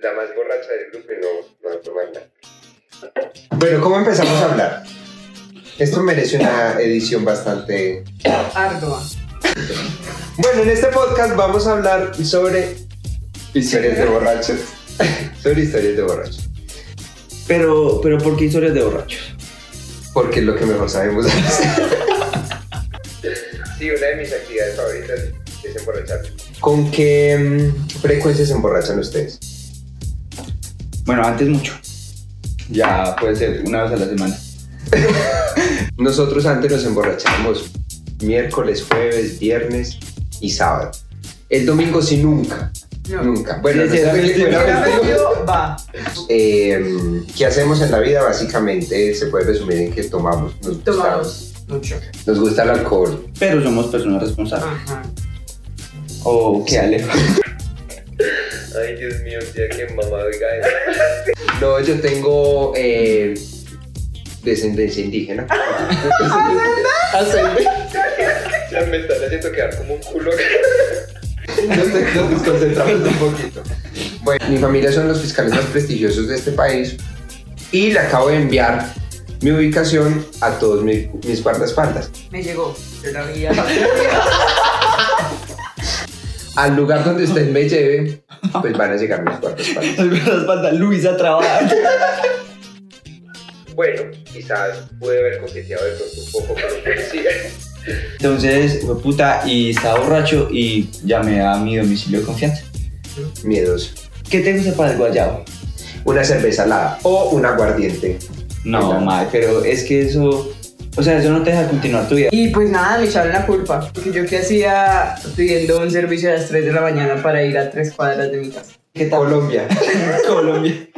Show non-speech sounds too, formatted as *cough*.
la más borracha del grupo y no, no toma nada. Bueno, ¿cómo empezamos a hablar? Esto merece una edición bastante... Ardua. Bueno, en este podcast vamos a hablar sobre historias de *laughs* borrachos. sobre historias de borrachos. Pero, pero ¿por qué historias de borrachos? Porque es lo que mejor sabemos *laughs* Sí, una de mis actividades favoritas es emborracharme. ¿Con qué mm, frecuencia se emborrachan ustedes? Bueno, antes mucho. Ya puede ser una vez a la semana. Nosotros antes nos emborrachábamos miércoles, jueves, viernes y sábado. El domingo sí nunca. No. Nunca. Bueno, no sé, Sinceramente, bueno, Hubiera venido, va. eh, ¿qué hacemos en la vida? Básicamente se puede resumir en que tomamos. Nos gusta, Tomamos mucho. Nos gusta el alcohol. Pero somos personas responsables. Ajá. Oh, qué alejo. *laughs* Ay, Dios mío, tía, que mamá oiga *laughs* eso. No, yo tengo eh, descendencia indígena. Ya me están haciendo quedar como un culo. Nos te- nos desconcentramos un poquito. Bueno, mi familia son los fiscales más prestigiosos de este país y le acabo de enviar mi ubicación a todos mi- mis guardaespaldas. Me llegó. Yo la vi Al lugar donde usted me lleve, pues van a llegar mis guardaespaldas. Las bandas Luisa trabaja. Bueno, quizás pude haber coqueteado de pronto un poco con un policía. Entonces, fue puta y estaba borracho y llamé a mi domicilio de confianza. Miedos. ¿Qué te gusta para el guayabo? Una cerveza alada o un aguardiente. No, madre, pero es que eso. O sea, eso no te deja continuar tu vida. *laughs* Y pues nada, me echaron la culpa. Porque yo que hacía pidiendo un servicio a las 3 de la mañana para ir a 3 cuadras de mi casa. ¿Qué tal? Colombia. Colombia.